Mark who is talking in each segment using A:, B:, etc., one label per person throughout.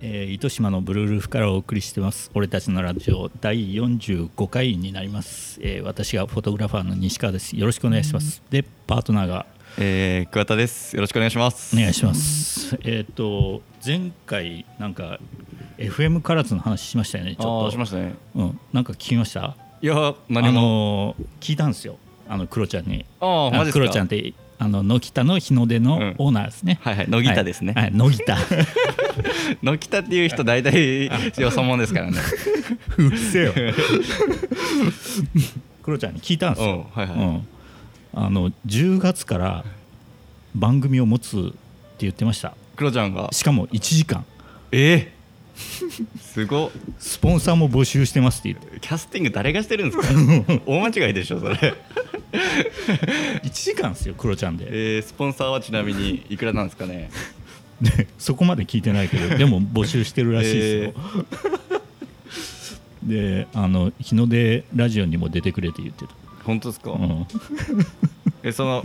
A: 糸島のブルールーフからお送りしてます俺たちのラジオ第45回になります、えー私がフォトグラファーの西川ですよろしくお願いしますでパートナーが
B: えー、桑田です。よろしくお願いします。
A: お願いしますえっ、と前回なんか FM 唐津の話しましたよねち
B: あ
A: ょっ
B: ー
A: と
B: しましたね。
A: うん、なんか聞きました
B: いや、
A: あ
B: 何も。
A: のー聞いたんですよあのクロちゃんに
B: あー、マジですか。
A: クロちゃんっ。てあの乃木田の日の出
B: う
A: の
B: ん
A: オーナーですね、
B: はいはい、乃木田ですね。
A: はい、はい乃木 田
B: 乃木田っていう人、大体、よそもんですからね。
A: うるせえよ クロちゃんに聞いたんです
B: う
A: よ、
B: ん、はい
A: うん
B: はい。
A: あの10月から番組を持つって言ってました
B: クロちゃんが。
A: しかも1時間
B: えー、すごっ。
A: スポンサーも募集してますって言って
B: キャスティング誰がしてる んですか大間違いでしょ、それ。
A: 1時間ですよクロちゃんで
B: えー、スポンサーはちなみにいくらなんですかね。
A: でそこまで聞いてないけ どでも募集してるらしいですよ、であの日の出ラジオにも出てくれって言ってた、
B: 本当ですか、
A: うん、
B: え、その、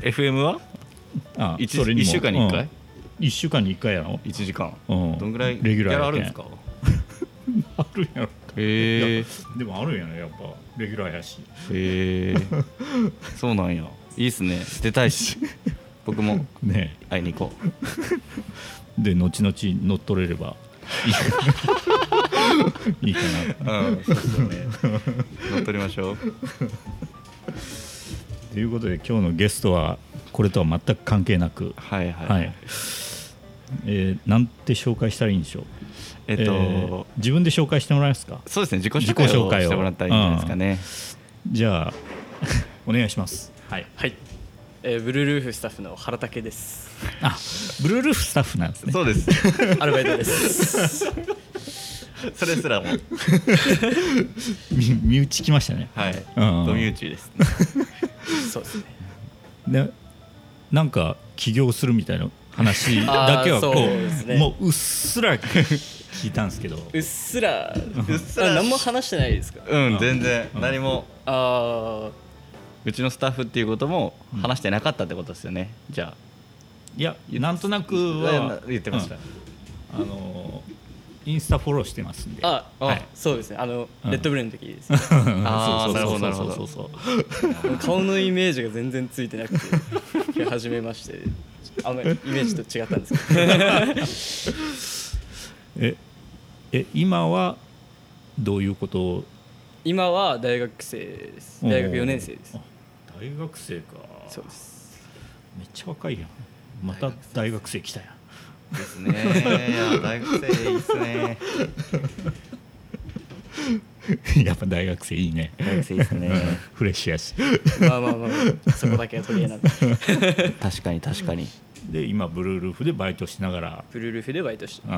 B: FM は
A: あ
B: 1,
A: それにも
B: 週間に1
A: う
B: 回
A: ん、一週間に1回やろ、
B: 一 ?1 時間。
A: うん、
B: どんぐらい
A: レギュラー
B: ギャラ
A: や
B: あ
A: け
B: るんですか
A: あるやろ
B: えー。
A: でもあるんやねやっぱレギュラーやし
B: へえ そうなんやいいっすね出た いし僕も
A: ね
B: 会いに行こう
A: で後々乗っ取れればいいか ないいかな
B: うんそうです よね乗っ取りましょう
A: ということで今日のゲストはこれとは全く関係なく
B: はいは
A: は
B: い、
A: い、えーなんて紹介したらいいんでしょう
B: えっと、
A: ー自分で紹介してもらえますか
B: そうですね自己
A: 自
B: 紹
A: 己
B: 介
A: 紹
B: を
A: 介を
B: してもらったらいいんじゃないですかね、
A: じゃあ お願いしますはい
C: はい、えーブルールーフスタッフの原武です。
A: あブルールーフスタッフなんですね
B: そうです
C: アルバイトです。
B: それすらも
A: み身内来ましたね
B: はい
A: うん
B: ドミウチです、
C: そうですね。
A: でなんか起業するみたいな 話
C: あー
A: だけはこ
C: そうです
A: う
C: ね
A: もううっすら聞いたんですけど
C: うっすら、
B: うっすら
C: あ何も話してないですか。
B: うん全然何も
C: あ
B: うちのスタッフっていうことも話してなかったってことですよねじゃ
A: いやなんとなく
B: あ
A: は
B: 言ってました、
A: うんあのーインスタフォローしてますんで
C: ーあ、あ、
B: はい
C: そうですね。あの、
A: うん
C: レッドブルの時 ですね、
B: あー
A: そうそうそう
B: なる
A: そ
B: ほ
A: う
B: ど
A: そうそう
C: 顔のイメージが全然ついてなくて、初めまして。あんまりイメージと違ったんです けど。
A: ええ今はどういうことを
C: 今は大学生です。大学4年生です
A: あ。大学生か
C: そうです。
A: めっちゃ若いやんまた大学生来たやん
B: ですねいや大学生いいっす ね
A: やっぱ大学生いいね
B: 大学生いいっすね
A: フレッシュやし
C: まあまあまあまあ、そこだけは取り柄なんで。
B: 確かに確かに
A: で今ブルールーフでバイトしながら、
C: ブルールーフでバイトして。
A: う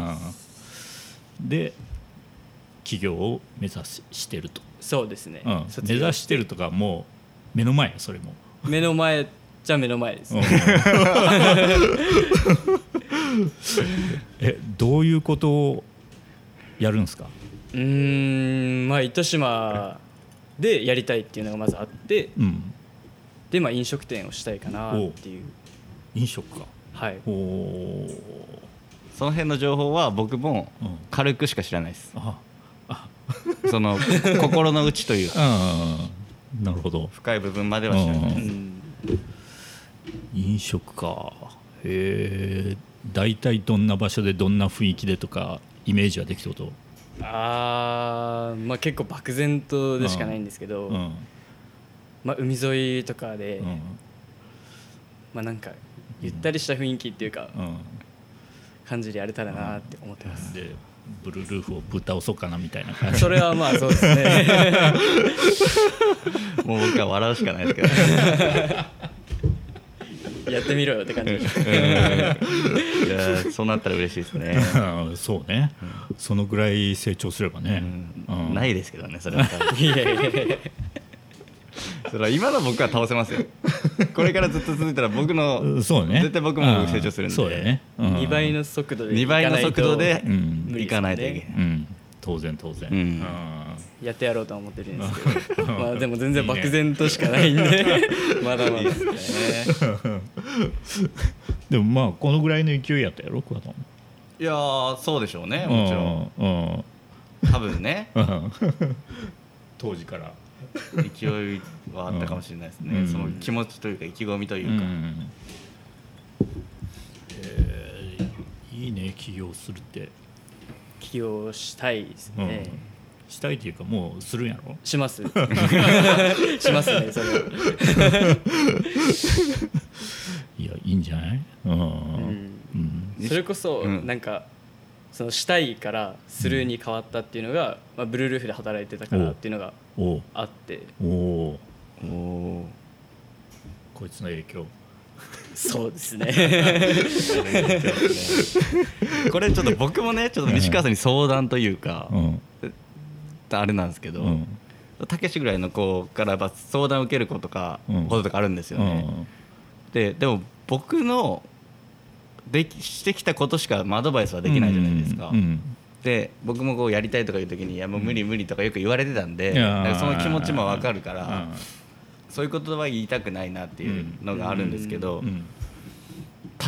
A: ん、で企業を目指ししてると、
C: そうですね。
A: うん
C: 卒
A: 目
C: 業
A: 指してるとかもう目の前よそれも、
C: 目の前じゃ目の前です
A: うん えどういうことをやるんですか
C: うーんまあ糸島でやりたいっていうのがまずあって
A: うん
C: でまあ飲食店をしたいかなっていう
A: 飲食か
C: はい
A: おー
B: その辺の情報は僕も
A: うん
B: 軽くしか知らないです
A: あ
B: その 心の内という
A: あーなるほど
B: 深い部分までは知らな
A: う
B: い
C: うん
B: です
C: ん
A: 飲食かへえ大体どんな場所でどんな雰囲気でとかイメージはできたこと
C: あーまあ結構漠然とでしかないんですけど、
A: うん
C: まあ、海沿いとかで、
A: うん
C: まあなんかゆったりした雰囲気っていうか
A: うん
C: 感じでやれたらなって思ってます、
A: でブルールーフをぶっ倒そうかなみたいな感じ
C: それはまあそうですね
B: もう僕は笑うしかないですけど ね
C: やってみろよって感 じです
B: いやーそうなったら嬉しいですね、
A: うんそうねそのぐらい成長すればね
B: うん
A: うん
B: ないですけどねそれは多分
C: いやいやいやいや
B: それは今の僕は倒せますよこれからずっと続いたら僕
A: う
B: の
A: んそうね
B: 絶対僕も成長するんで
A: うそうだね
C: 2倍の速度で
B: 2倍の速度で
A: うんうん
C: 無理ですね
B: 行かないといけな
A: う
B: い
A: ん当然当然
B: うん
A: うん
C: やってやろうとは思ってるんですけ
A: う
C: ど
A: ん
C: まあでも全
A: い
C: 然
A: いね
C: 漠然としかないんで まだまだ
B: いいですね
A: でもまあこのぐらいの勢いやったやろ桑田も
B: いやーそうでしょうねもちろん
A: うん
B: 多分ね
A: うんうん当時から
B: 勢いはあったかもしれないですね、
A: うん
B: その気持ちというか意気込みといううか、
A: んえーいいね起業するって、
C: 起業したいです
A: うん
C: ね、
A: したいっていうかもうするんやろ
C: しますしますねそれは、
A: いやいいんじゃないうん、
C: う
A: うん
C: ん
A: うん
B: うん
C: それこそ
B: うん
C: なんか、そのしたいからするに変わったっていうのが、まあ、ブルールーフで働いてたからっていうのが
A: おう
C: あって
A: おお
B: おお
A: こいつの影響
C: そうですね
B: ーこれちょっと僕もねちょっと西川さんに相談というか、
A: うん
B: あれなんですけ
A: う
B: ど、
A: ん
B: たけしぐらいの子からやっぱ相談受ける子とか、
A: うん
B: こととかあるんですよね、ででも僕のできしてきたことしかアドバイスはできないじゃないですか、
A: うんうん
B: で僕もこうやりたいとかいう時に「いやもう無理無理」とかよく言われてたんで、
A: いやー
B: なんかその気持ちもわかるか
A: う
B: ら、
A: ん
B: そういうことは言いたくないなっていうのがあるんですけど、
A: うん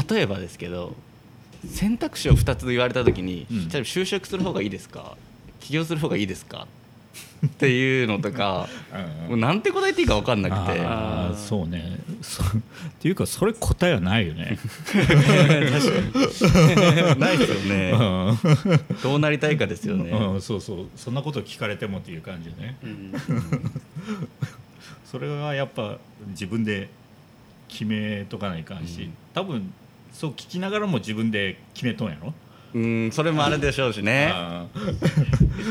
B: 例えばですけど選択肢を2つ言われた時に、
A: うん
B: じゃあ就職する方がいいですか起業する方がいいですかっていうのとか もうなんて答えていいか分かんなくて
A: あーそうねそ っていうかそれ答えはないよね、
B: ないですよ
A: う
B: ね
A: ん
B: どうなりたいかですよね、
A: うん、そうそうそんなこと聞かれてもっていう感じよね
C: うん
A: それはやっぱ自分で決めとかないかんし、
B: うん
A: 多分そう聞きながらも自分で決めとんやろ
B: うんそれもあれでしょうしね
A: あ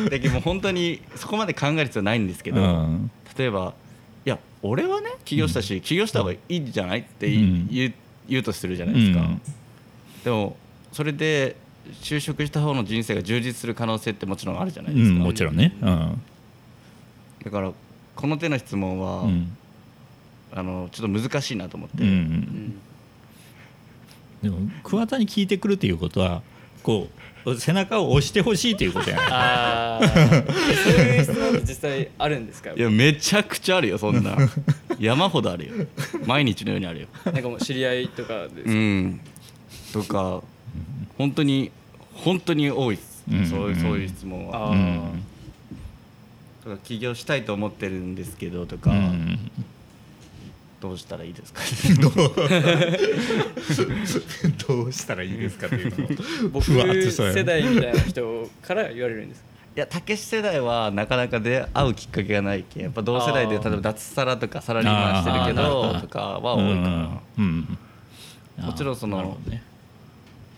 B: だけどもう本当にそこまで考える必要ないんですけ
A: ー
B: ど、
A: うん
B: 例えば「いや俺はね起業したし、起業した方がいいんじゃない?」ってい
A: うん
B: 言う,、言うとするじゃないですか、
A: うん
B: でもそれで就職した方の人生が充実する可能性ってもちろんあるじゃな
A: う
B: いです
A: ん
B: か、
A: もちろんねうん
B: だからこの手の質問は、
A: うん
B: あのちょっと難しいなと思って、
A: うん
C: うん
A: でも桑田に聞いてくるっていうことはこう背中を押してほしいということやね
C: ああそういう質問って実際あるんですか
B: いやめちゃくちゃあるよそんな 山ほどあるよ毎日のようにあるよ
C: なんかもう知り合いとかで
B: う
C: す
B: んとか本当に本当に多いです、
A: うん
B: そういうそういう質問は
C: あー
A: うん
B: とか起業したいと思ってるんですけどとか、
A: うん
B: どうしたらいいですか
A: どう どうしたらいいですかっていうのを
C: 僕
A: ふわっとしたよね
C: 世代みたいな人から言われるんです
B: いやたけし世代はなかなか出会うきっかけがないけんやっぱ同世代で例
C: あ
B: え
C: ー
B: ば脱サラとかサラリーマンしてるけ
A: あ
B: ど
A: ー
B: とかは多いかな
A: うんうん
B: もちろんその
A: なるほどね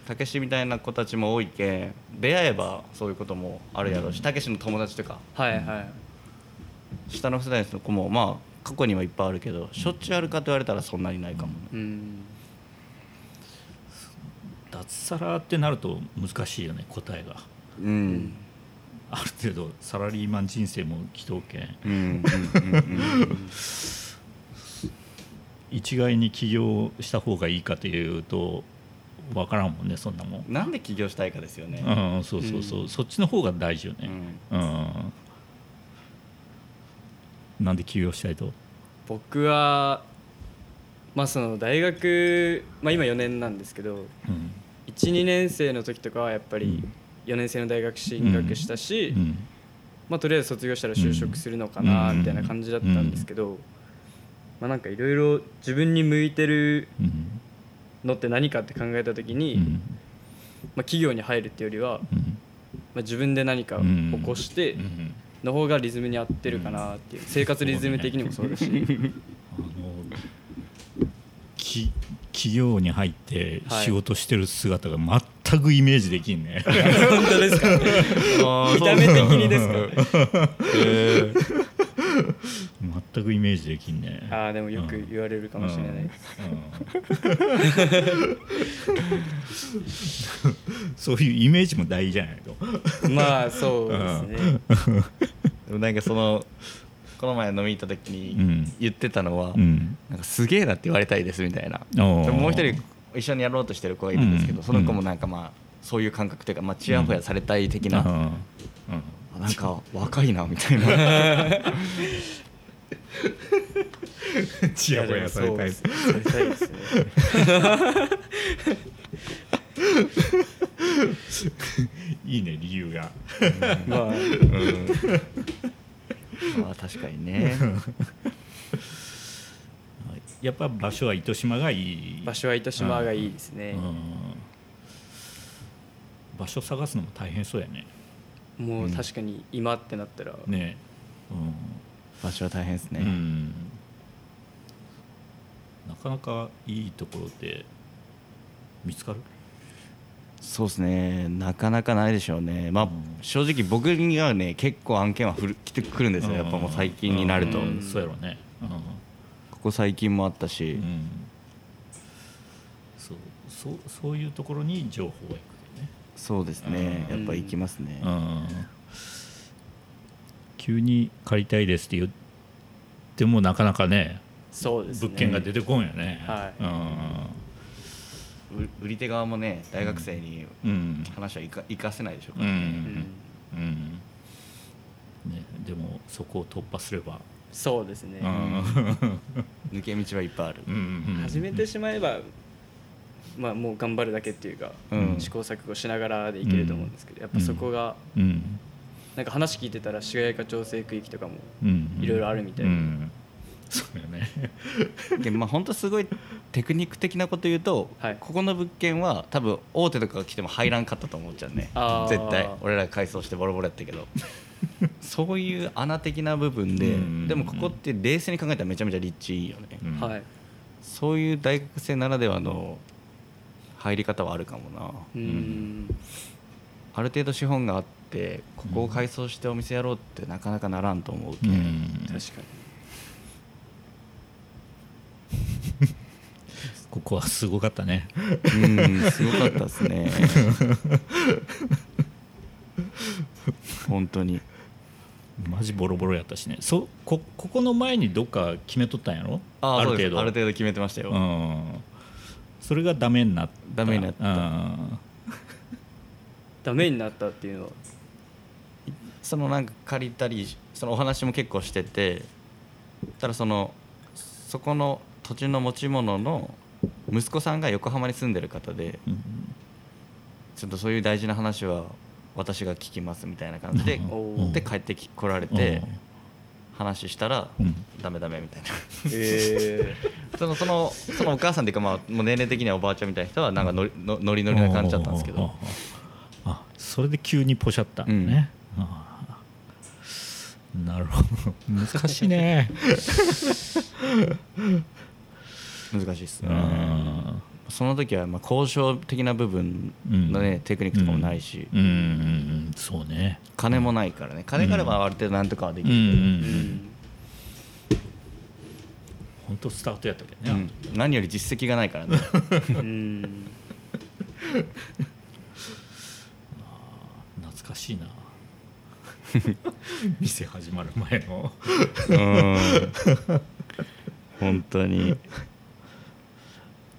B: たけしみたいな子たちも多いけん出会えばそういうこともあるやろうしたけしの友達とか
C: はいはい
B: 下の世代の子もまあ過去にはいっぱいあるけどしょっちゅうあるかと言われたらそんなにないかもね、
C: うん
A: 脱サラってなると難しいよね答えが
B: うん
A: ある程度サラリーマン人生も既得権
B: うんうんうん
A: 一概に起業した方がいいかというと分からんもんねそんなもん
B: うん なんで起業したいかですよね、
A: うんそうそうそう、そっちの方が大事よねうん、なんで起業したいと
C: 僕はまあその大学まあ今4年なんですけど
A: うん
C: 12年生の時とかはやっぱり4年生の大学進学したし、
A: うん
C: まあとりあえず卒業したら就職するのかな
A: うん
C: みたいな感じだったんですけど、まあなんかいろいろ自分に向いてる
A: うん
C: のって何かって考えた時に、
A: うん
C: まあ企業に入るっていうよりは、
A: うん
C: まあ、自分で何か起こして
A: うん
C: の方がリズムに合ってるかなっていう生活リズム的にもそうだし、
A: あのき企業に入って仕事してる姿が全くイメージできんね、
C: 本当ですか
B: あー
C: 見た目的 にですか
B: えー
A: 全くイメージできんね
C: ああでもよく言われるかもしれないです、
A: うんそういうイメージも大事じゃないと
C: まあそうですね、
B: でもなんかそのこの前飲みに行った時
A: うん
B: に言ってたのは、
A: うん
B: なんかすげえなって言われたいですみたいな
A: おー
B: でももう一人一緒にやろうとしてる子がいるんですけど、
A: うん
B: その子もなんかまあそういう感覚というか、まあ、ちやほやされたい的な、
A: うんうん
B: なんか若いなみたいな
A: ちやほやされたい
C: やでもそうですされたいですね
A: いいね理由が
C: まあ
B: ああ確かにね
A: やっぱ場所は糸島がいい
C: 場所は糸島がいいですね
A: う、ん場所探すのも大変そうやね
C: もう確かに今ってなったら、
A: ね
B: 場所は大変です
A: うん、
B: ね、
A: なかなかいいところで見つかる
B: そうですねなかなかないでしょうねまあ、
A: うん
B: 正直僕にはね結構案件はふる来てくるんですよやっぱもう最近になると、
A: うん
C: ん
A: そうやろうね
B: ここ最近もあったし、
A: うん、うんそうそうそういうところに情報がいくね
B: そうですね、
A: うん
B: やっぱ行きますね、
A: うん急に借りたいですって言ってもなかなかね
C: そうですね
A: 物件が出てこんよね、
C: は
B: う売り手側もね大学生に
A: うんうん
B: 話はいか行かせないでしょう
A: う
B: から、
C: うん
A: んうんね、でもそこを突破すれば、
C: そうですね、
A: うん
B: 抜け道はいっぱいある、
A: うん
C: 始めてしまえば、まあ、もう頑張るだけっていうか、
B: うん
C: 試行錯誤しながらでいけると思うんですけどやっぱそこが、
A: うん
C: なんか話聞いてたら市街化調整区域とかも
A: うん
C: いろいろあるみたいな
A: うんそうよね
B: でまあ本当すごいテクニック的なこと言うと、
C: はい
B: ここの物件は多分大手とかが来ても入らんかったと思っちゃうね
C: あー
B: 絶対俺ら改装してボロボロやっ たけどそういう穴的な部分で、
A: うん
B: でもここって冷静に考えたらめちゃめちゃ立地いいよね、
A: うん
C: はい、
B: そういう大学生ならではの入り方はあるかもな、
C: うん
B: ある程度資本があってここを改装してお店やろうってなかなかならんと思うけ、
A: うん
C: 確かに
A: ここはすごかったね
B: うん、すごかったです ね。本当に。
A: マジボロボロやったしねそこここの前にどっか決めとったんやろ
B: ー
A: ある
B: そうで
A: 程
B: す
A: 度
B: ある程度決めてましたよ。
A: うんそれがダメになった
B: ダメになった
A: うん
C: ダメになったっ ていうのは
B: そのなんか借りたり、そのお話も結構してて、ただそのそこの土地の持ち物の息子さんが横浜に住んでる方で、
A: うん
B: ちょっとそういう大事な話は私が聞きますみたいな感じで、
C: お
A: うん
C: ー
B: で帰ってき来られて
A: うん
B: 話したら
A: うん、
B: ダメダメみたいな。
C: え
B: そのそのそのお母さんっていうか、まあ、もう年齢的にはおばあちゃんみたいな人はなんかノリのノリノリな感じだったんですけ
A: おーおー
B: ど
A: おーおーあそれで急にポシャったんだね、あーなるほど難しいね
B: 難しいっす
A: う
B: ね
A: ん
B: その時はまあ交渉的な部分の、ね
A: うん
B: テクニックとかもないし、
A: うんうんうんそうね
B: 金もないからね金があればある程度なんとかはで
A: う
B: き
A: んう
B: る、
C: ー
A: ん本当スタートやったけ
B: う
A: どね
B: ん、何より実績がないからね
C: うん
A: 懐かしいな 店始まる前の
B: うん本当に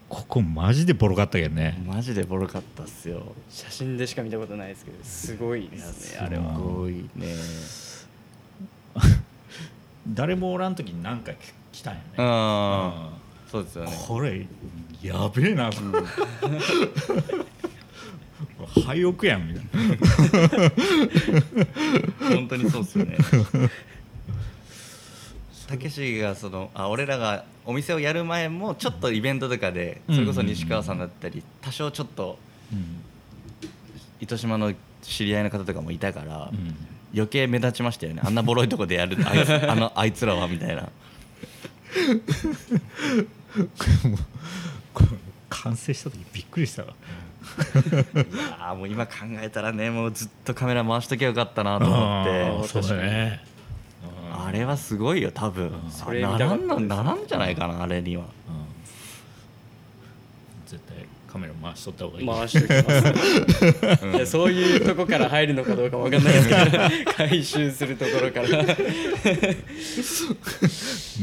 A: ここマジでボロかったけどね
B: マジでボロかったっすよ
C: 写真でしか見たことないですけどすごいですねあれは
A: は
B: すごいね
A: 誰もおらん時に何回来たんよね
B: うんそうですよね
A: これやべえなと思って廃屋やんみたいな
B: 本当にそうっすよ ねたけしがそのあ俺らがお店をやる前もちょっとイベントとかで
A: うん
B: それこそ西川さんだったり多少ちょっと糸島の知り合いの方とかもいたから余計目立ちましたよねあんなボロいとこでやるあいつ あのあいつらはみたいな
A: これ完成した時びっくりしたわ
B: あもう今考えたらねもうずっとカメラ回しときゃよかったなと思
A: あー
B: って
A: そうだね
B: あれはすごいよ多分
A: うん
B: そ
C: それ
B: な
C: 見た
B: ら
C: かった
B: ん
C: です
B: のならんじゃないかなあれには
A: うん絶対カメラ回しとった方がいい
C: 回しておきます、いやそういうとこから入るのかどうかわかんないですけど 回収するところから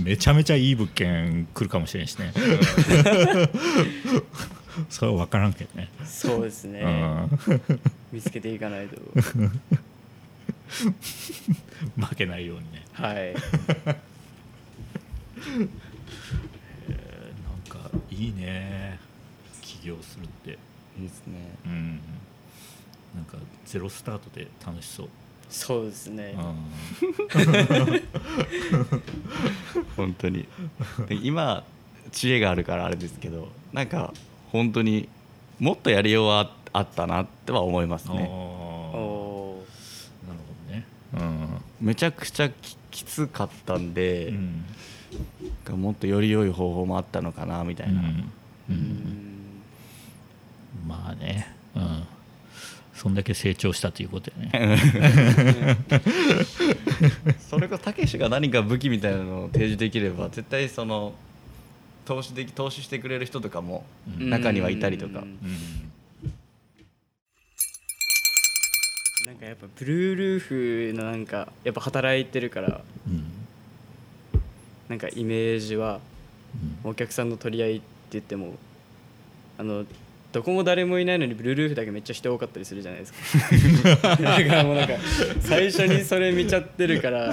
A: めちゃめちゃいい物件来るかもしれんしね それは分からんけどね
C: そうですね、
A: うん
C: 見つけていかないと
A: 負けないようにね
C: はい
A: えーなんかいいね起業するって
B: いいですね
A: うんなんかゼロスタートで楽しそう、
C: そうですね
A: あ
B: 本当にで今知恵があるからあれですけどなんか本当にもっとやりようはあったなっては思います
A: ーあー
B: ね
C: お
A: なるほどねうん
B: めちゃくちゃききつかったんで
A: う、ん
B: もっとより良い方法もあったのかなみたいな、
A: う
C: ーうんん
A: まあねうんそんだけ成長したということやね
B: それこそたけしが何か武器みたいなのを提示できれば絶対その投資でき投資してくれる人とかも
A: うん
B: 中にはいたりとか
C: うん
A: うん
C: なんかやっぱブルールーフのなんかやっぱ働いてるから
A: うん
C: なんかイメージは
A: うん
C: お客さんの取り合いって言ってもあのどこも誰もいないのにブルールーフだけめっちゃ人多かったりするじゃないですかだからもうなんか最初にそれ見ちゃってるから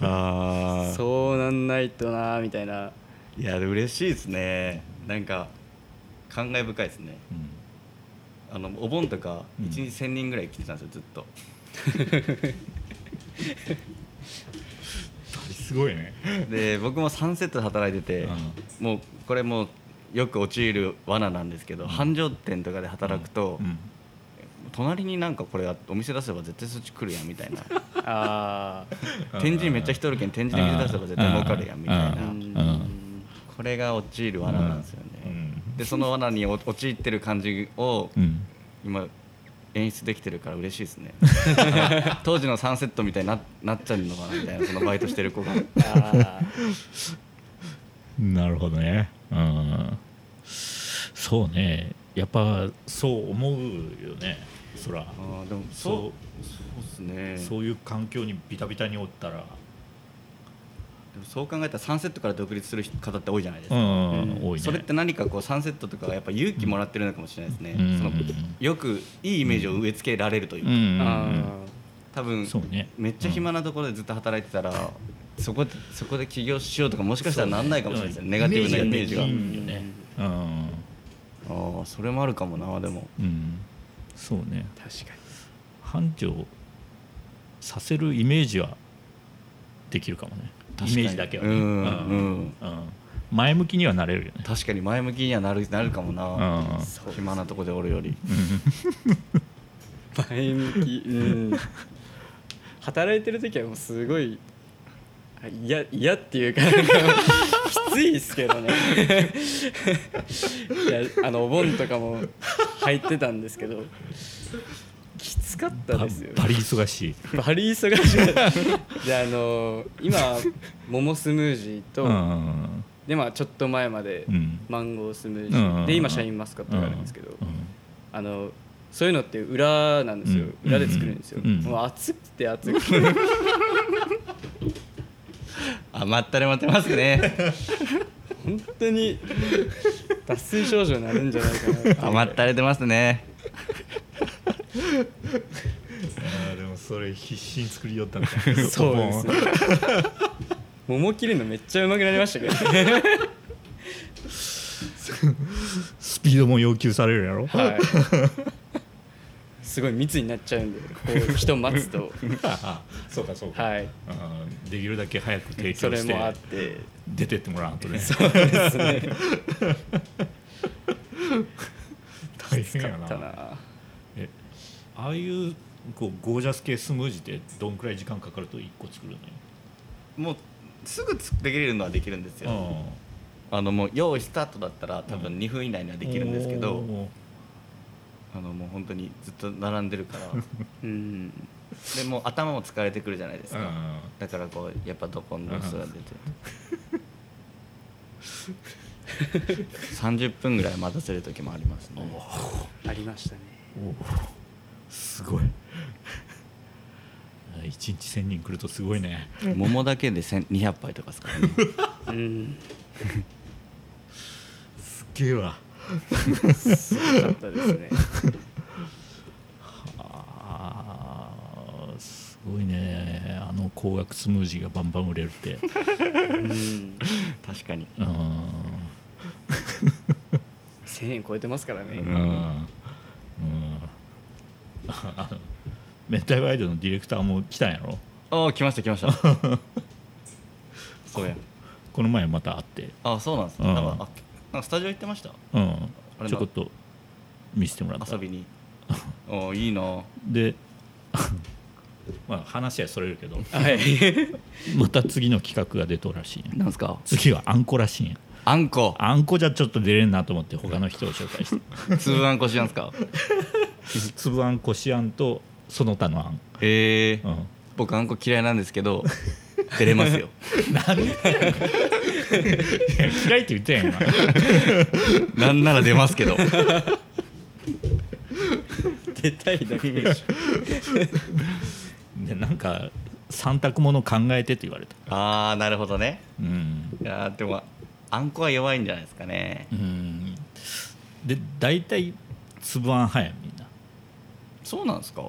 B: あそ
C: そうなんないとなーみたいな
B: ういや嬉しいですねなんか感慨深いですね
A: うん
B: あのお盆とか
A: うん
B: 1日1000人ぐらい来てたんですよずっと
A: すごいね
B: で 僕も3セットで働いてて、もうこれもうよく陥る罠なんですけど、繁盛店とかで働くと、
A: うん
B: 隣になんかこれあお店出せば絶対そっち来るやんみた いな
C: あ
A: うん
B: 天神めっちゃ人おるけん天神で店出せば絶対儲かるやんみたい
A: あ
B: な
C: ー
A: う
C: うんん
B: これが陥る罠なんですよね、
A: うん
B: でその罠にお陥ってる感じを
A: うん
B: 今演出できてるから嬉しいで すね当時のサンセットみたいにななっちゃうのかなみたいなそのバイトしてる子が
C: あ
A: なるほどねうんそうねやっぱそう思うよねそら
B: あーでも
A: そう
B: そうですね
A: そういう環境にビタビタにおったら
B: でもそう考えたらサンセットから独立する方って多いじゃないで
A: う
B: すか、
A: ん
C: うん
A: 多いね
B: それって何かこうサンセットとかやっぱ勇気もらってるのかもしれないですね、
A: うん
B: そのよくいいイメージを植え付けられるとい う
A: う
B: か、
A: ん
C: ー
A: うん
C: あ
B: 多分
A: そうね
B: めっちゃ暇なところでずっと働いてたら、そこそこで起業しようとかもしかしたらなんないかもしれないですねネガティブなイメージが
A: イメージできんよねうん
B: ああそれもあるかもなでも
A: うんそうね
C: ー確か
A: 繁盛させるイメージはできるかもねイメージだけはね
B: うん
A: うんうん前向きにはなれるよね
B: 確かに前向きにはなるなるかもな、
A: うん
C: そう
B: 暇なとこでおるより
C: に前向きうん働いてる時はもうすごいあ嫌嫌っていうかなんかきついっすけどねいやあのお盆とかも入ってたんですけどきつかった
A: バ
C: ですよ
A: バリ忙しい
C: バリ忙しいであの今桃スムージーと、
A: うん
C: でまあちょっと前まで
A: うん
C: マンゴースムージ
A: うんうんうんう
C: ー
A: ん
C: で今シャインマスカットがあるんですけど、
A: うん
C: あのそういうのって裏なんですよ、
A: うん
C: 裏で作るんですよ、
A: うん
C: もう熱くて熱くて
B: あまったり待ってます ね
C: 本当に脱水症状になるんじゃないかなっていう
B: あまったれてますね
A: あーでもそれ必死に作りよったんだ
C: そうですね桃切るのめっちゃうまくなりましたけどね
A: スピードも要求されるやろ、
C: はいすごい密になっちゃうんでこう人待つと
A: そうかそうか、
C: はい
A: うんできるだけ早く提
C: そ
A: 供
C: れ
A: して
C: もあって
A: 出てってもらわんとね
C: そうですね
A: 大変や
C: だ
A: な
C: ったな
A: えああいうこうゴージャス系スムージーってどんくらい時間かかると1個作る
B: もうすぐつできるのはできるんですよ、
A: のよ
B: あのもう用意スタートだったら多
A: う
B: 分
A: ん
B: 2分以内にはできるんですけど、
A: お
B: あのもう本当にずっと並んでるから
C: うん
B: でもう頭も疲れてくるじゃないです
A: ーう
B: か、
A: ん
B: だからこうやっぱどこの人が出て30分 ぐらい待たせる時もありますね
C: ありましたね
A: おすごい 1日1000人来るとすごいね
B: 桃だけで1000 200杯とかで すからね
C: うん
A: すっげえわ
C: すごかったですね
A: あーすごいねあの高額スムージーがバンバン売れるって
C: うん
B: 確かに
A: うーん
C: 1000円超えてますからね、
A: うーんうーんあの明太ワイドのディレクターも来たんやろ
B: ああ来ました来ました そうや
A: この前また会って、
B: ああそうなんですね、
A: うん
B: なんかあなんかスタジオ行ってました
A: うん
B: あれ、
A: ちょこっと見せてもらった
B: 遊びに おーいいな
A: でまあ話はそれるけど
C: はい
A: また次の企画が出とるらしいんや
B: なんですか
A: 次はあんこらしいんや
B: あんこ
A: あんこじゃちょっと出れんなと思って他の人を紹介して
B: 粒あんこしなんです か
A: 粒あんこしあんとその他のあん、
B: へえ、
A: うん、
B: 僕あんこ嫌いなんですけ ど出れますよ
A: 嫌いって言ってんやん今
B: なんなら出ますけど
C: 出たいだけでしょ
A: でなんか三択もの考えてって言われた
B: ああなるほどね
A: うん
B: いやーでもあんこは弱いんじゃないですかね
A: うんで大体粒あん派やみんな
B: そうなんですか
A: うん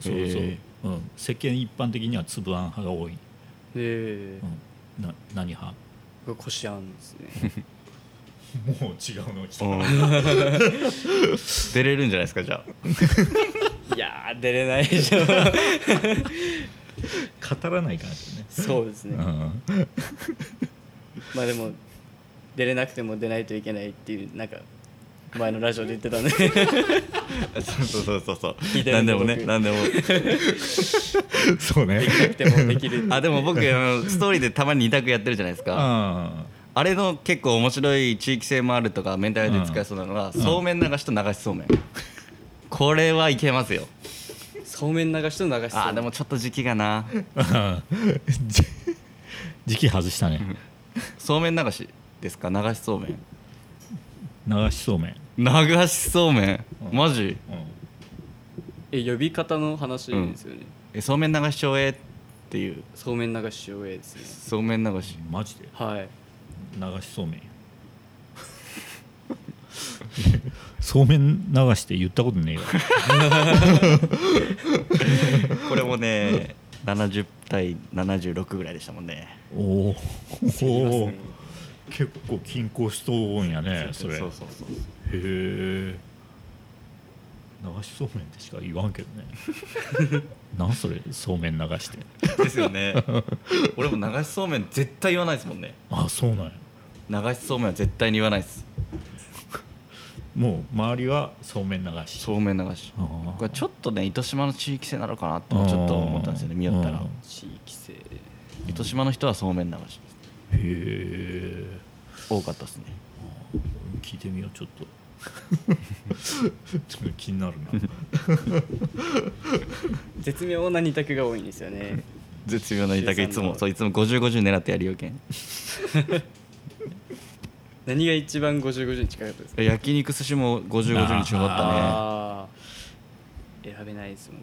A: そうそう、
B: へ
A: うん、世間一般的には粒あん派が多い、
C: え
A: うん、な何派
C: これこしあんです ね
A: もう違うの来
B: うん出れるんじゃないですかじゃ
C: いやー出れないでしょ
A: 語らないからね
C: そうですね
A: うん
C: まあでも出れなくても出ないといけないっていうなんか前のラジオで言って たんで
B: あそうそうそうそう
C: 聞いてる
B: 何
C: ん
B: で
C: で
B: もね
C: 僕
B: 何でも
A: そうね
C: なくてもできる
B: あでも僕あのストーリーでたまに2択やってるじゃないですか
A: あ
B: あれの結構面白い地域性もあるとかメンタルで使えそうなのが、そうめん流しと流しそうめんこれはいけますよ
C: そうめん流しと流しそう
B: あーでもちょっと時期がな
A: あ時期外したね
B: そうめん流しですか流しそうめん
A: 流しそうめん、
B: 流しそうめん
A: うん
B: マジ
C: え呼び方の話ですよね、
B: えそうめん流しちょえっていう
C: そうめん流し上映ですね
B: そうめん流し
A: マジで
C: はい
A: 流しそうめんそうめん流して言ったことねえよ
B: これもね70対76ぐらいでしたもんね
A: おおおお結構均衡しとうんやねそれ
B: そうそうそう
A: へえ流しそうめんってしか言わんけど ねなんそれそうめん流して
B: そうですよね俺も流しそうめん絶対言わないですもんね
A: あそうなんや
B: 流しそうめんは絶対に言わないです
A: もう周りはそうめん流し
B: そうめん流し
A: あー
B: これちょっとね糸島の地域性なのかなってちょっと思ったんですよね見よったら
A: うん
C: 地域性
B: 糸島の人はそうめん流し
A: へえ
B: 多かったですね
A: 聞いてみようちょっと ちょっと気になるな
C: 絶妙な二択が多いんです よね
B: 絶妙な痛くいつもそういつも5050狙ってやるよけん
C: 何が一番5050に近かったですか
B: 焼肉寿司も5050に近か
C: ああ選べないですもんね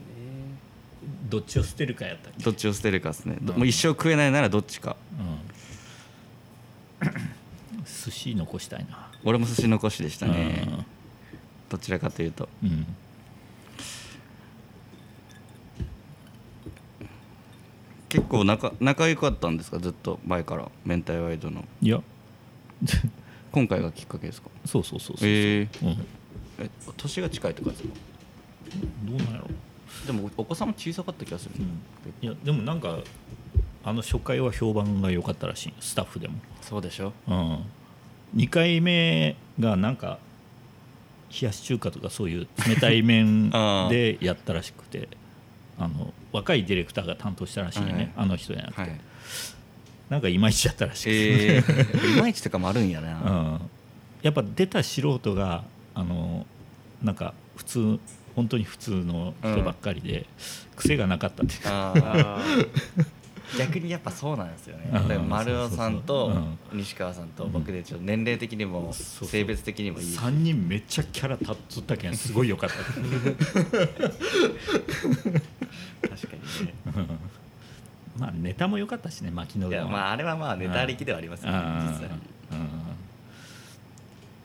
A: どっちを捨てるかやったっ
B: ったねどっちを捨てるかですね
A: うん
B: もう一生食えないならどっちか
A: うん 寿司残したいな
B: 俺も寿司残しでしたねどちらかというと
A: うんうん
B: 結構仲仲良かったんですかずっと前から明太ワイドの
A: いや
B: 今回がきっかけですか
A: そうそうそうそう、
B: え
A: う
B: ー
A: ん
B: え年が近いとかですか
A: どうなんやろ
B: でもお子さんも小さかった気がする、
A: うんいやでもなんかあの初回は評判が良かったらしいスタッフでも、
B: そうでしょ
A: うん、2回目がなんか冷やし中華とかそういう冷たい麺
B: あー
A: でやったらしく てあの若いディレクターが担当したらしいよね、
B: はい
A: あの人じゃなくて、
B: はい
A: なんかいまいちだったらしくて、
B: え ー、いまいちとかもあるんや
A: う
B: な、
A: ん、やっぱ出た素人があのなんか普通本当に普通の人ばっかりで、癖がなかったっていうか
B: あー
C: あ ー
B: 逆にやっぱそうなんですよね
A: う
B: だ
A: ん
B: から丸尾さんと
A: そうそうそう
B: 西川さんと僕でちょっと年齢的にも
A: そうそう
B: 性別的にもいい
A: 3人めっちゃキャラ立っとったけんすごい良か った
B: 確かにね
A: まあネタも良かったしね牧野
B: いや
A: 川
B: まああれはまあ
A: ん
B: ネタありきではありますよね実際
A: うんうん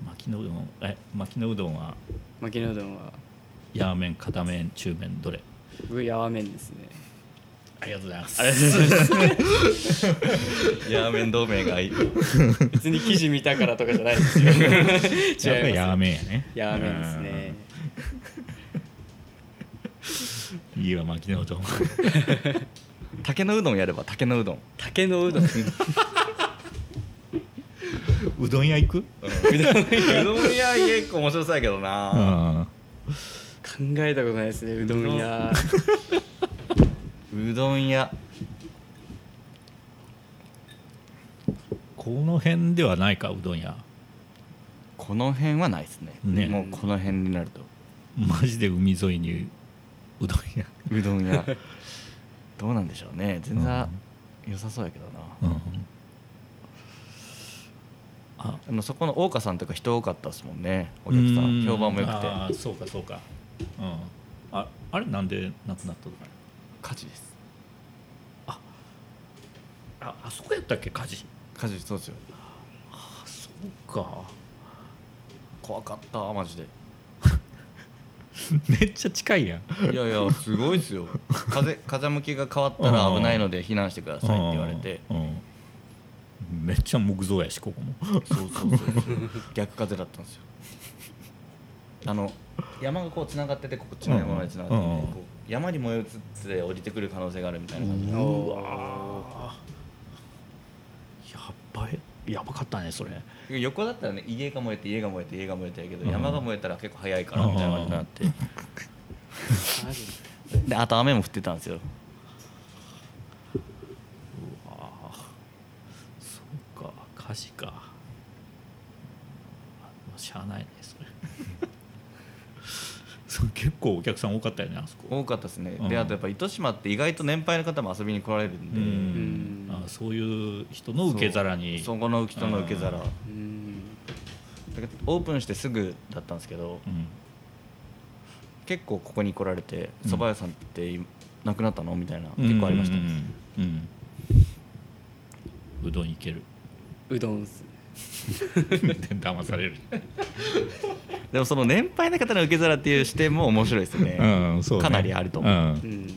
A: 牧野うどんえ牧野うどんは
C: 牧野うどんは
A: ヤーメン片面中麺どれ
C: 僕やわめんですね
A: ありがとうございます
B: ヤーメン同盟がいい
C: 別に記事見たからとかじゃないですよ違います
A: やっぱりヤーメンやね
C: やわめんですね
A: いいわ牧野うどん
B: 竹のうどんやれば竹のうどん
C: 竹のうどんう
A: うどん屋行く
C: どん
B: う
C: 屋
B: どん屋結構面白そうやけどな、
A: あ
C: 考えたことないですねうどん屋
B: うどん屋
A: この辺ではないかうどん屋
B: この辺はないですね
A: ね
B: もうこの辺になると
A: マジで海沿いにうどん屋
B: うどん屋どうなんでしょうね全然良さそうやけどな、
A: うんあ
B: あのそこの大岡さんとか人多かったですもんねお客さん評判も良くて
A: あーそうかそうかうんああれなんでなくなったのかな
B: 火事です
A: ああそこやったっけ火事
B: 火事そうですよ
A: あそうか
B: 怖かったマジで
A: めっちゃ近いやん
B: いやいやすごいですよ風風向きが変わったら危ないので避難してくださいって言われて
A: うんうんめっちゃ木造やしここも
B: そうそうそう逆風だったんですよあの山がこうつながっててこっちの山までつながってて、
A: うんうん
B: こう山に燃え移って降りてくる可能性があるみたいな感じで
A: うわーやっばいやばかったねそれ
B: 横だったらね家が燃えて家が燃えて家が燃えてやけど、
A: うん
B: 山が燃えたら結構早いからみたいな感じに なって、
C: マジで
B: であと雨も降ってたんですよ
A: そうか火事かあしゃあないねそれ そう結構お客さん多かったよねあそこ
B: 多かったですね、
A: うん
B: であとやっぱ糸島って意外と年配の方も遊びに来られるん
A: う
B: で、
A: ん
C: うん
A: あそういう人の受け皿に
B: そうそこの人の受け皿
A: うん
B: だ
C: うん
B: けどオープンしてすぐだったんですけど、
A: うん
B: 結構ここに来られて
A: うん
B: 蕎麦屋さんって今なくなったのみたいな結構ありました、
A: うん
B: ね
A: うんうんうんうどんいける
C: うどんっすね
A: 騙される
B: でもその年配の方の受け皿っていう視点も面白いですね、
A: うんそうね
B: かなりあると思う
A: うん
C: うん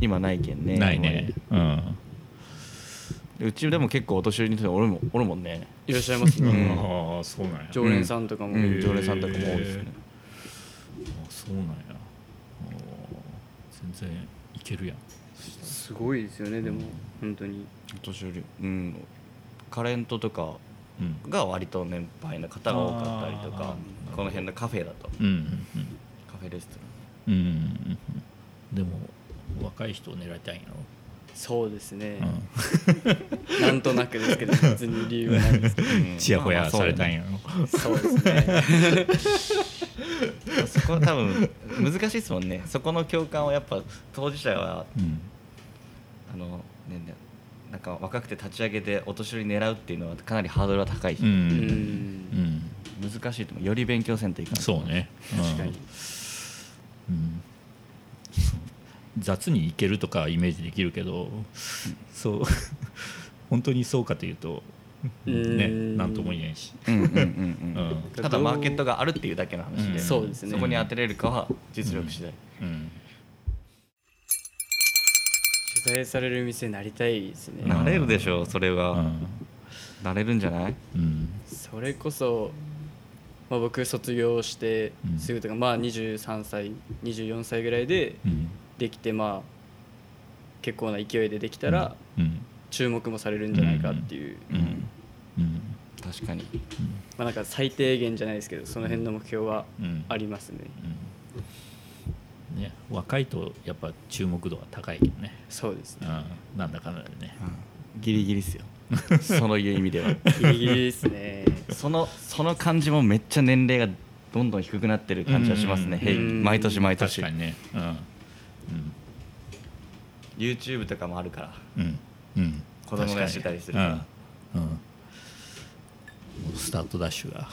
B: 今ないけんね
A: ないねうん
B: うちでも結構お年寄りの人おるもんおるもんね、
C: いらっしゃいます
A: う
C: ね
A: んああそうなんや
C: 常連さんとかも
B: う
A: へ
B: ん、
A: ー
B: 常連さんとかも多いですね
A: あそうなんやおー全然いけるやん
C: すごいですよねでも本当に
B: お年寄りうんカレントとか
A: うん
B: が割と年配の方が多かったりとか
A: あー
B: この辺のカフェだと
A: うんうん
B: カフェレスト
A: うんうんうんうんでも若い人を狙いたいの
C: そうですね
A: う、ん
C: なんとなくですけど別に理由はな いですけ
B: ラン、 うん
A: ちやほやされたん
B: ま
A: やろ
C: どそうですね
B: あまあそうねそこは多分難しいですもんね そこの共感をやっぱ当事者は
A: うん
B: あの、ねね、なんか若くて立ち上げてお年寄り狙うっていうのはかなりハードルは高いし、
A: う
C: うん
A: うんん
B: 難しいと思うより勉強せんといかん
A: そうね
C: 確かに
A: うん雑にいけるとかイメージできるけどそう 本当にそうかというと
C: う
A: ね
C: ん
A: なんとも言えんし
B: うんうんうん
A: う
B: うん、
A: ん
B: ただマーケットがあるっていうだけの話で,、
A: うん
C: そうですね
B: こに当てれるかは実力次第、
A: うん
C: 取材される店になりたいですね
A: な
B: 慣れるでしょうそれは、
A: うん
B: 慣れるんじゃない
A: うん
C: それこそ、まあ、僕卒業して
A: うん
C: すぐとか、まあ23歳24歳ぐらいで
A: うん
C: できてまあ結構な勢いでできたら
A: うん
C: 注目もされるんじゃないかっていう、
A: うんうん
B: 確かに
C: まあなんか最低限じゃないですけどその辺の目標は
A: うん
C: ありますね、
A: うんね若いとやっぱ注目度が高いけどね
C: そうです ね
A: うんなんだかんだでね
B: ギリギリっすよ そのいう意味では
C: ギリギリですね
B: そのその感じもめっちゃ年齢がどんどん低くなってる感じはしますね、
A: うん
B: 平均
C: うん
B: 毎年毎
A: 確
B: 年
A: かにねうん
B: YouTube とかもあるから
A: うんうん
B: 子供がやってたりするから
A: うんうんもうスタートダッシュが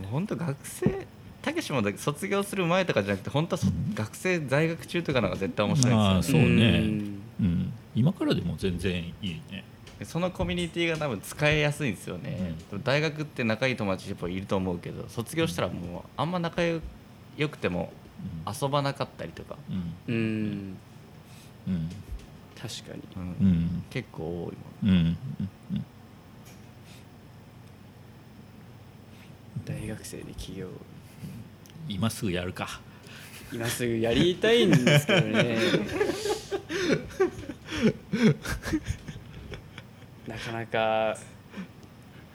B: もう本当学生たけしもだ卒業する前とかじゃなくて本当はそ学生在学中とかの方が絶対面白いです
A: そ
B: よ、
A: うね
C: ん
A: うん今からでも全然いいね
B: ね、そのコミュニティが多分使いやすいんですよね、大学って仲いい友達やっぱいると思うけど卒業したらもうあんま仲良くても遊ばなかったりとか、
A: うん
C: うん
A: うん
C: 確かに
B: うん
A: うん
B: 結構多いもん
A: うんうん
C: 大学生で起業
A: 今すぐやるか
C: 今すぐやりたいんですけど ねなかなか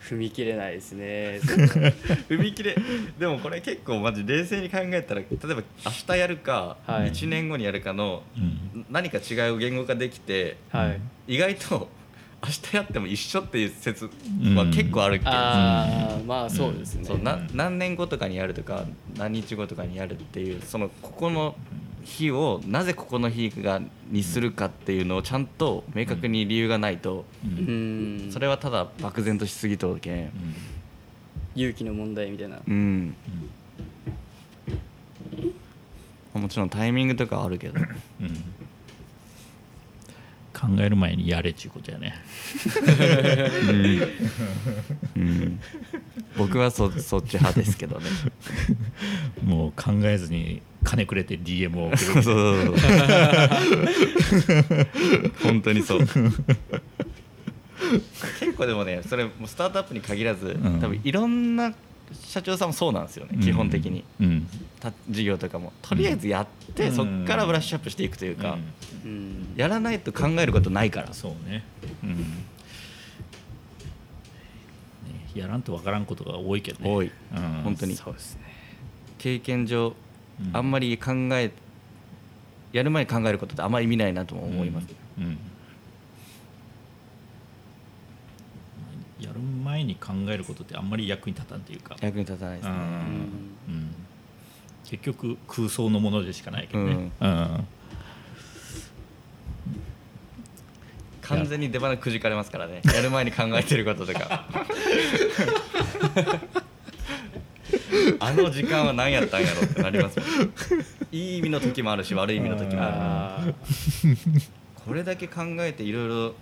C: 踏み切れないですねそこは
B: 踏み切れでもこれ結構マジ冷静に考えたら例えば明日やるか、
C: はい
B: 1年後にやるかの
A: うん
B: 何か違いを言語化できて
C: はい
B: 意外と明日やっても一緒っていう説は
A: うん
B: 結構あるけど、
C: ああまあそうですね、
B: そうな
A: うん
B: 何年後とかにやるとか何日後とかにやるっていうそのここの日をなぜここの日がにするかっていうのをちゃんと明確に理由がないと、
A: う
C: うんん
B: それはただ漠然としすぎとるけん
C: 勇気の問題みたいな
B: うん、もちろんタイミングとかはあるけど
A: うんうん考える前にやれっちゅうことやね
B: うん僕はそそっち派ですけどね
A: もう考えずに金くれて DM を送
B: そう
A: る
B: そうそう本当にそう結構でもねそれもうスタートアップに限らず、
A: うん
B: 多分いろんな社長さんもそうなんですよね、基本的に
A: うん
B: た事業とかもとりあえずやって、
A: うん
B: そっからブラッシュアップしていくというか、
A: うん
C: うん
B: やらないと考えることないから
A: そうねうんねやらんとわからんことが多いけどね
B: 多い
A: うん
B: 本当に
C: そうですね
B: 経験上
A: うん
B: あんまり考えやる前に考えることってあんまり意味ないなとも思います、
A: うん、うんやる前に考えることってあんまり役に立たんというか、
B: 役に立たないです
A: う
B: ね、
C: うんん
A: うん、結局空想のものでしかないけどね、うん
B: 完全に出花くじかれますからねやる前に考えてることと かあの時間は何やったんやろってなりますもんいい意味の時もあるし悪い意味の時もある
C: あー
B: これだけ考えていろいろ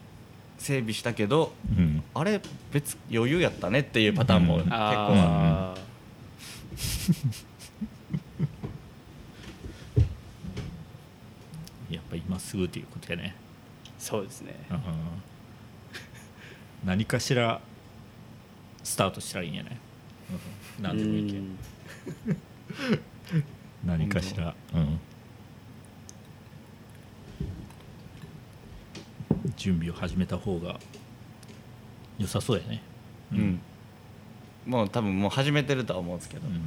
B: 整備したけど
A: うん
B: あれ別余裕やったねっていうパターンも
A: うん
B: 結構あ
C: あー
A: やっぱ今すぐということやね、
C: そうですね
A: うん、何かしらスタートしたらいいんやね、うん、何でもいいけ
C: う
A: ど
C: ん
A: 何かしら、うん、準備を始めた方が良さそうやね
B: るうんもう多分もう始めてるとは思うんですけど
A: うん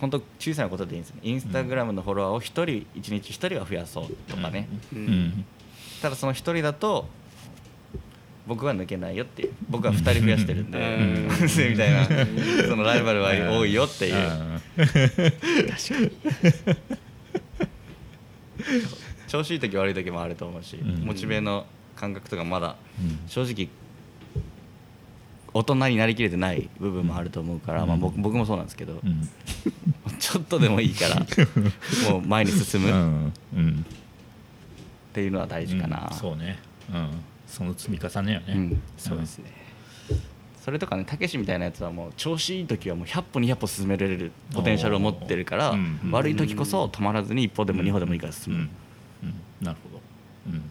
B: 本当小さなことでいいんですねインスタグラムのフォロワーを1人1日1人は増やそうとかね、
A: うん
C: うん
A: うん
B: ただその1人だと僕は抜けないよっていう僕は2人増やしてるんで、
C: うん
B: みたいなそのライバルは多いよっていう、調子いい時悪い時もあると思うし、
A: うん
B: モチベの感覚とかまだ
A: うん
B: 正直大人になりきれてない部分もあると思うから、まあ、僕僕もそうなんですけど、
A: うん
B: ちょっとでもいいからもう前に進むっ
A: うんうん
B: ていうのは大事かな、
A: うんそうね、うん、その積み重ねよね、
B: うん
C: そうですね
B: それとかねたけしみたいなやつはもう調子いい時はもう100歩200歩進められるポテンシャルを持ってるから、
A: おーうん
B: 悪い時こそ止まらずに一歩でも二歩でもいいから進む、
A: うんうんなるほど、うん、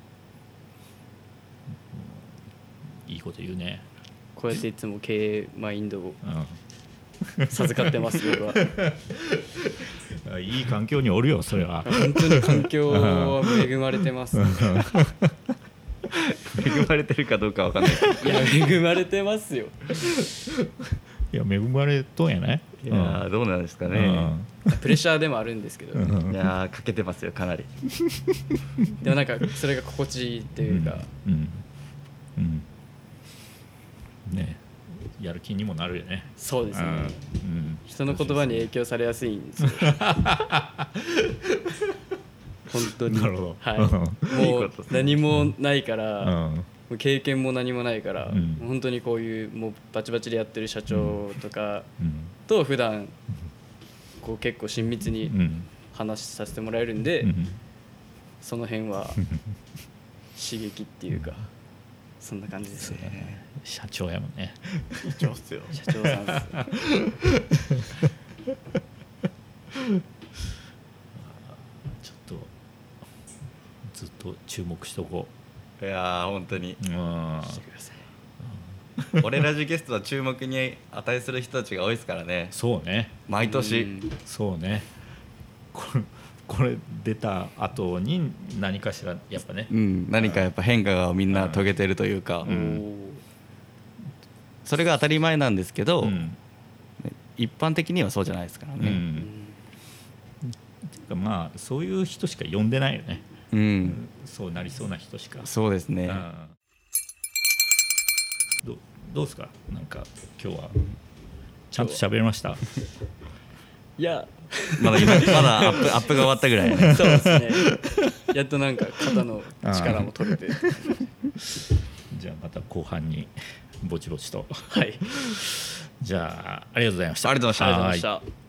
A: いいこと言うね、
C: こうやっていつも経営マインドを
A: う
C: 授かってます僕 は
A: ん、いい環境におるよそれは
C: 本当に環境は恵まれてます い
B: 恵まれてるかどうかわかんない けど
C: や恵まれてますよ
A: いや恵まれとんやない
B: いやーどうなんですか
A: うん
B: ね、
C: プレッシャーでもあるんですけど
A: うんうん
B: いやーかけてますよかなり
C: でもなんかそれが心地いいっていうか
A: うんうんねやる気にもなるよね
C: そうですね
A: うんうん
C: 人の言葉に影響されやす いんですよ本当に
A: なるほど
C: はい
B: うん
C: も
B: いいうことです
C: 何もないか
A: う
C: ら、
A: ん
C: もう経験も何もないから、
A: うん
C: 本当にこういうもうバチバチでやってる社長とか
A: うん
C: と普段こう結構親密に
A: うん
C: 話させてもらえるんで、
A: うん
C: その辺は刺激っていうかそんな感じですね
A: 社長やもんね
B: 上手よ
C: 社長さんです
A: ちょっとずっと注目しとこ
B: いやー本当に
A: ううん
C: してください
B: 俺ラジゲストは注目に値する人たちが多いですからね
A: そうね
B: 毎年、
C: うん
A: そうねこれこれ出た後に何かしらやっぱね、
B: うん何かやっぱ変化がみんな遂げてるというか、
A: うん
B: それが当たり前なんですけど、
A: うん
B: 一般的にはそうじゃないですから
A: う
B: ね、
A: んまあそういう人しか呼んでないよね、
B: うん
A: そうなりそうな人しか
B: そうですね、
A: うんどどうですかなんか今日はちゃんと喋りました
C: いや
B: まだ今まだアップアップが終わったぐらい、ね、
C: そうですねやっとなんか肩の力も取れて
A: じゃあまた後半にぼちぼちと
C: はい
A: じゃあありがとうございました
B: ありがとうございました
C: ありがとうござい
A: は
C: ました